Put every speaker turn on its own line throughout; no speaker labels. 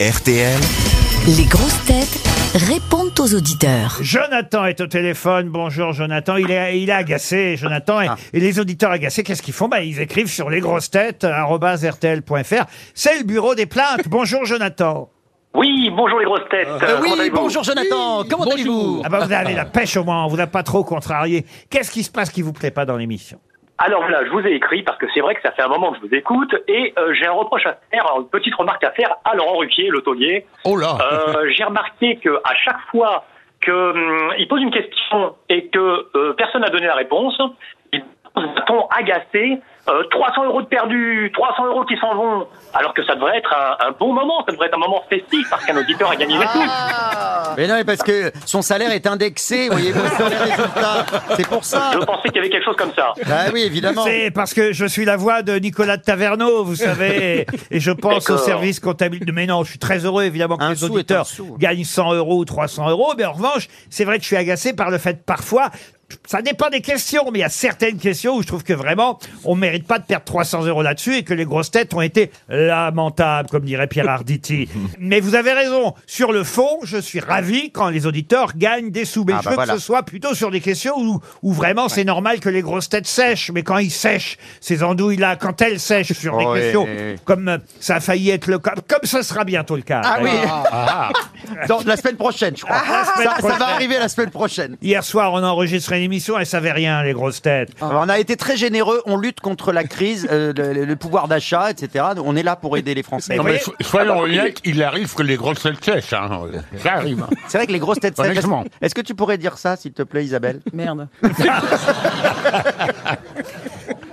RTL.
Les grosses têtes répondent aux auditeurs.
Jonathan est au téléphone. Bonjour Jonathan. Il est, il est agacé, Jonathan. Et,
Ah.
et les auditeurs agacés, qu'est-ce qu'ils font bah, Ils écrivent sur lesgrossetêtes.rtl.fr. C'est le bureau des plaintes. Bonjour Jonathan.
Oui, bonjour les grosses têtes. Euh, comment
oui,
allez-vous
bonjour Jonathan, comment allez-vous
Ah bah vous avez la pêche au moins, on vous a pas trop contrarié. Qu'est-ce qui se passe qui vous plaît pas dans l'émission
Alors voilà, je vous ai écrit parce que c'est vrai que ça fait un moment que je vous écoute et euh, j'ai un reproche à faire, une petite remarque à faire à Laurent Ruquier, le taulier.
Oh là
Euh, j'ai remarqué que à chaque fois que hum, il pose une question et que euh, personne n'a donné la réponse, il pose un ton agacé. euh, 300 euros de perdu, 300 euros qui s'en vont, alors que ça devrait être un, un bon moment, ça devrait être un moment festif parce qu'un auditeur a gagné des sous.
Mais non, mais parce que son salaire est indexé, voyez-vous, sur les résultats. C'est pour ça.
Je pensais qu'il y avait quelque chose comme ça.
Ah oui, évidemment.
C'est parce que je suis la voix de Nicolas de Taverneau, vous savez, et et je pense au
D'accord.
service comptable. Mais non, je suis très heureux, évidemment, que
Un
les
sou est un
auditeurs
sou.
gagnent 100 euros ou 300 euros. Mais en revanche, c'est vrai que je suis agacé par le fait parfois. Ça dépend des questions, mais il y a certaines questions où je trouve que vraiment, on ne mérite pas de perdre 300 euros là-dessus et que les grosses têtes ont été lamentables, comme dirait Pierre Arditi. mais vous avez raison. Sur le fond, je suis ravi quand les auditeurs gagnent des sous. Mais
Ah
je
bah
veux
voilà.
que ce soit plutôt sur des questions où, où vraiment c'est normal que les grosses têtes sèchent. Mais quand ils sèchent, ces andouilles-là, quand elles sèchent sur des
Oh, oui,
questions
oui, oui.
comme euh, ça a failli être le cas, comme ça sera bientôt le cas.
Ah oui Dans la Ah, semaine prochaine, je crois.
la semaine
Ça, ça
prochaine.
va arriver la semaine prochaine.
Hier soir, on a enregistré une émission, elles savaient rien, les grosses têtes.
Alors, on a été très généreux, on lutte contre la crise, euh, le, le pouvoir d'achat, etc. On est là pour aider les Français.
Mais ah, bah, oui.
Non, Ah, mais so- soyons honnêtes, il arrive que les grosses têtes sèchent. Hein. Ça arrive.
C'est vrai que les grosses têtes sèches-
Honnêtement.
Est-ce que tu pourrais dire ça, s'il te plaît, Isabelle
Merde.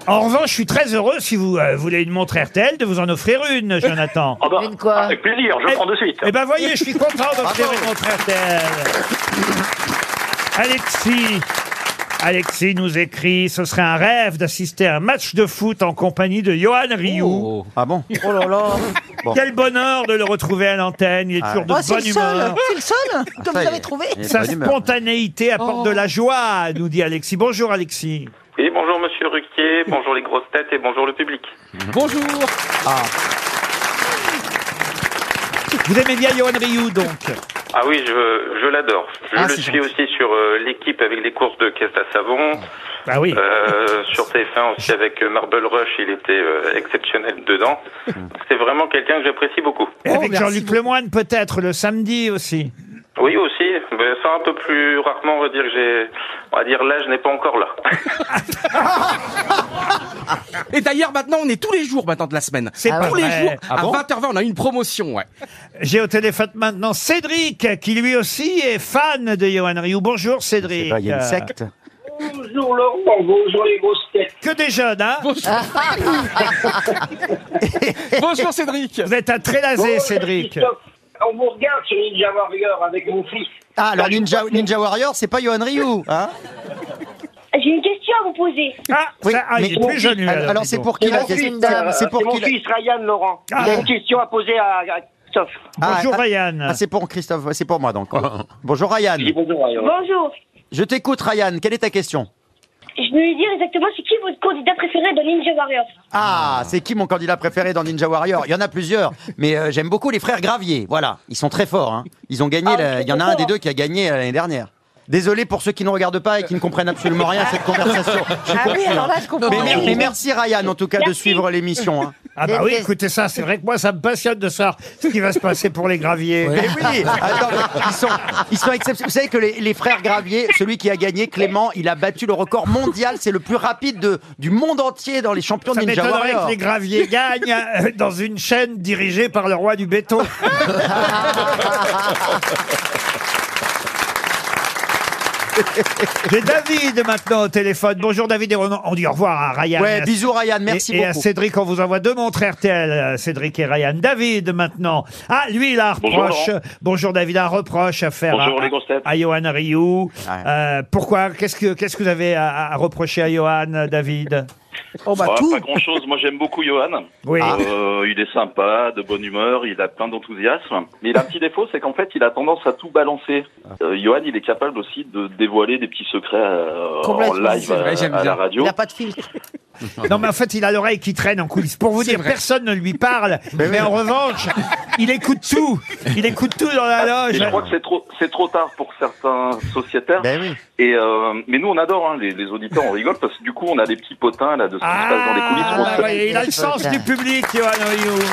En revanche, je suis très heureux, si vous euh, voulez une montre RTL, de vous en offrir une, Jonathan.
Oh bah,
Une quoi
avec plaisir, je le prends de suite.
Eh ben voyez, je suis content d'offrir une montre RTL. Alexis. Alexis nous écrit, ce serait un rêve d'assister à un match de foot en compagnie de Johan Rioux.
Ah bon Oh là là
Quel bonheur de le retrouver à l'antenne, il est toujours de
Oh, c'est le
bonne
seul,
humeur.
c'est le seul que vous
y est.
avez trouvé.
Il est de
Sa
bonne humeur.
spontanéité apporte
Oh.
de la joie, nous dit Alexis. Bonjour Alexis.
Et bonjour Monsieur Ruquier, bonjour les grosses têtes et bonjour le public.
Vous aimez bien Johan Rioux donc
Ah oui, je, je l'adore. Je
Ah,
le
c'est
suis aussi sur euh, l'équipe avec les courses de caisse à savon.
Bah oui.
Euh, sur TF1 aussi avec euh, Marble Rush, il était euh, exceptionnel dedans. C'est vraiment quelqu'un que j'apprécie beaucoup.
Et avec Jean-Luc Lemoine peut-être le samedi aussi.
Oui aussi, mais ça un peu plus rarement, on va dire que j'ai, on va dire l'âge n'est pas encore là.
Et d'ailleurs, maintenant, on est tous les jours maintenant de la semaine.
C'est pas
tous les
vrai.
jours.
Ah bon
à 20h20, on a une promotion, ouais.
J'ai au téléphone maintenant Cédric qui lui aussi est fan de Johan Rioux. Bonjour Cédric.
Eh ben, Il y a une secte.
Bonjour Laurent, bonjour les grosses têtes.
Que des jeunes, hein
Bonjour. Bonjour, Cédric.
Vous êtes un très lasé Cédric.
On vous regarde sur Ninja Warrior avec mon fils.
Ah, alors Ninja, Ninja Warrior, c'est pas Johan Ryu, hein
J'ai une question à vous poser.
Ah, ça- ah,
mais-
il est plus jeune lui.
Alors,
dis
c'est
donc.
pour qui la
mon fils,
question
euh,
C'est pour
C'est mon
qui la-
fils Ryan Laurent.
Ah.
Il a une question à poser à, à Christophe.
Ah,
Bonjour
ah,
Ryan.
Ah, c'est pour Christophe, c'est pour moi donc. Bonjour Ryan.
Je dis bonjour Ryan.
Bonjour.
Je t'écoute Ryan, quelle est ta question
Je voulais dire exactement c'est qui votre candidat préféré dans Ninja Warrior
Ah, c'est qui mon candidat préféré dans Ninja Warrior Il y en a plusieurs, mais euh, j'aime beaucoup les frères Gravier. Voilà, ils sont très forts. hein. Ils ont gagné,
Ah,
la-
ils sont
il y en a
très
un des
forts.
deux qui a gagné euh, l'année dernière. Désolé pour ceux qui ne regardent pas et qui ne comprennent absolument rien à cette conversation. Je suis
Ah oui,
confus,
alors
hein.
là, je comprends.
mais, mer- mais merci Ryan en tout cas de
Merci.
suivre l'émission. hein.
Ah bah oui, écoutez ça, c'est vrai que moi ça me passionne de savoir ce qui va se passer pour les graviers.
Mais oui, attends, mais ils sont, ils sont exceptionnels. Vous savez que les, les frères Gravier, celui qui a gagné, Clément, il a battu le record mondial. C'est le plus rapide de, du monde entier dans les champions
Ça
Ninja
m'étonnerait que
Warrior.
les graviers gagnent euh, dans une chaîne dirigée par le roi du béton. J'ai David maintenant au téléphone. Bonjour David et on, on dit au revoir à Ryan. et
Ouais,
à-
bisous Ryan, merci
et, et à
beaucoup.
Cédric, on vous envoie deux montres RTL, euh, Cédric et Ryan. David maintenant. Ah, lui, il a un
Bonjour,
reproche. Bonjour,
Laurent.
David, un reproche à faire
Bonjour,
à,
les grosses têtes.
à Johan Rioux. Euh, pourquoi Qu'est-ce que qu'est-ce que vous avez à, à reprocher à Johan, David
Oh
Ah,
bah
Ouais,
tout.
pas grand chose. Moi, j'aime beaucoup Johan.
Oui.
Euh, il est sympa, de bonne humeur, il a plein d'enthousiasme. Mais il a un petit défaut, c'est qu'en fait, il a tendance à tout balancer. Euh, Johan, il est capable aussi de dévoiler des petits secrets euh, en
Complètement,
live
c'est vrai,
à-
j'aime
à,
bien.
la radio.
Il n'a pas de filtre.
Non, mais en fait, il a l'oreille qui traîne en coulisses. Pour vous dire, personne ne lui parle. Mais, en revanche, il écoute tout. Il écoute tout dans la
Et
loge.
je crois que c'est trop, c'est trop tard pour certains sociétaires.
Ben oui.
Et euh, mais nous on adore hein, les, les auditeurs, on rigole parce que du coup on a des petits potins là de ce qui se passe dans les coulisses.
Ah,
On
bah
sait-
ouais, il a le sens du public, Johan Rioux.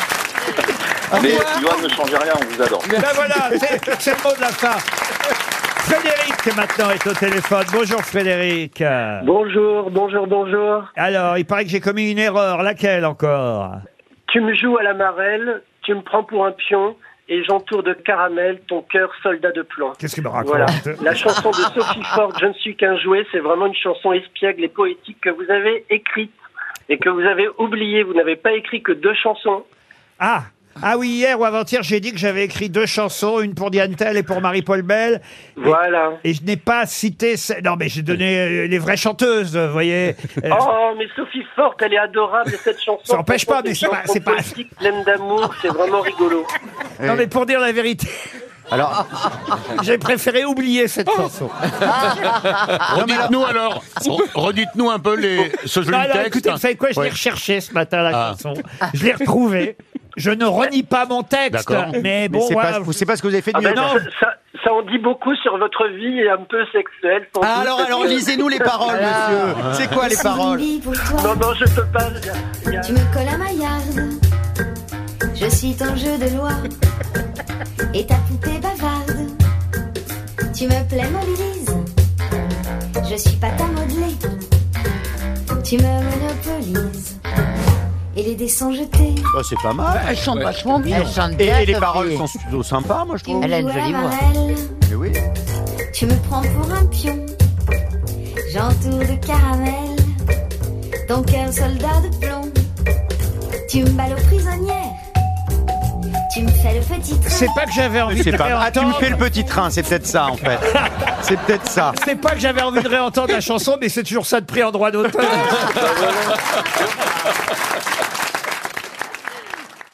Ah.
mais Johan ne change rien, on vous adore.
Ben voilà, c'est c'est le mot de la fin. Frédéric, maintenant, est au téléphone. Bonjour, Frédéric. Euh,
Bonjour, bonjour, bonjour.
Alors, il paraît que j'ai commis une erreur. Laquelle encore
Tu me joues à la marelle, tu me prends pour un pion et j'entoure de caramel ton cœur soldat de plomb.
Qu'est-ce qu'il me raconte
Voilà. La chanson de Sophie Ford, Je ne suis qu'un jouet, c'est vraiment une chanson espiègle et poétique que vous avez écrite et que vous avez oubliée. Vous n'avez pas écrit que deux chansons.
Ah ah oui, hier ou avant-hier, j'ai dit que j'avais écrit deux chansons, une pour Diane Tell et pour Marie-Paul Bell. Et-
Voilà.
Et je n'ai pas cité... ce- Non, mais j'ai donné euh, les vraies chanteuses, vous voyez. Euh,
Oh, mais Sophie Ford, elle est adorable et cette chanson.
Ça empêche pas, mais c'est pas- c'est pas-
C'est pleine d'amour, c'est vraiment rigolo.
Non, mais pour dire la vérité,
Alors, Oh.
j'ai préféré oublier cette chanson. Ah,
Redites-nous alors, re- redites-nous un peu les, ce joli
Non, alors,
texte.
écoutez, vous savez quoi Je
Ouais.
l'ai recherché ce matin, la
Ah.
chanson. Je l'ai retrouvé. Je ne renie pas mon texte,
D'accord.
mais
mais
bon,
c'est
voilà.
pas, c'est pas ce que vous avez fait de
Ah
mieux.
ben,
non.
ça, ça, ça en dit beaucoup sur votre vie et un peu sexuelle. sans
Ah,
doute,
alors,
parce
alors,
que-
lisez-nous les paroles,
Ah.
monsieur. C'est quoi les paroles
Non, non, je peux pas. Il y a-
Tu me colles à maillarde, je suis ton jeu de loi, et ta poupée bavarde. Tu me plais, mobilise, je suis pas ta modelée, tu me monopolises, et les dés sont jetés.
Oh, C'est pas mal.
Elle chante vachement bien.
Et, et les paroles sont plutôt sympas, moi, je
Tu
trouve.
me
Elle a une
joues à la
jolie voix.
marelle,
Mais oui.
tu me prends pour un pion, j'entoure de caramel, ton cœur soldat de plomb, tu me balles aux prisonnières, tu me fais le petit train.
C'est pas que j'avais envie
C'est
de
pas mal. Ah, tu me
réentendre.
fais le petit train, c'est peut-être ça, en fait. C'est peut-être ça.
C'est pas que j'avais envie de réentendre la chanson, mais c'est toujours ça de prix en droit d'auteur.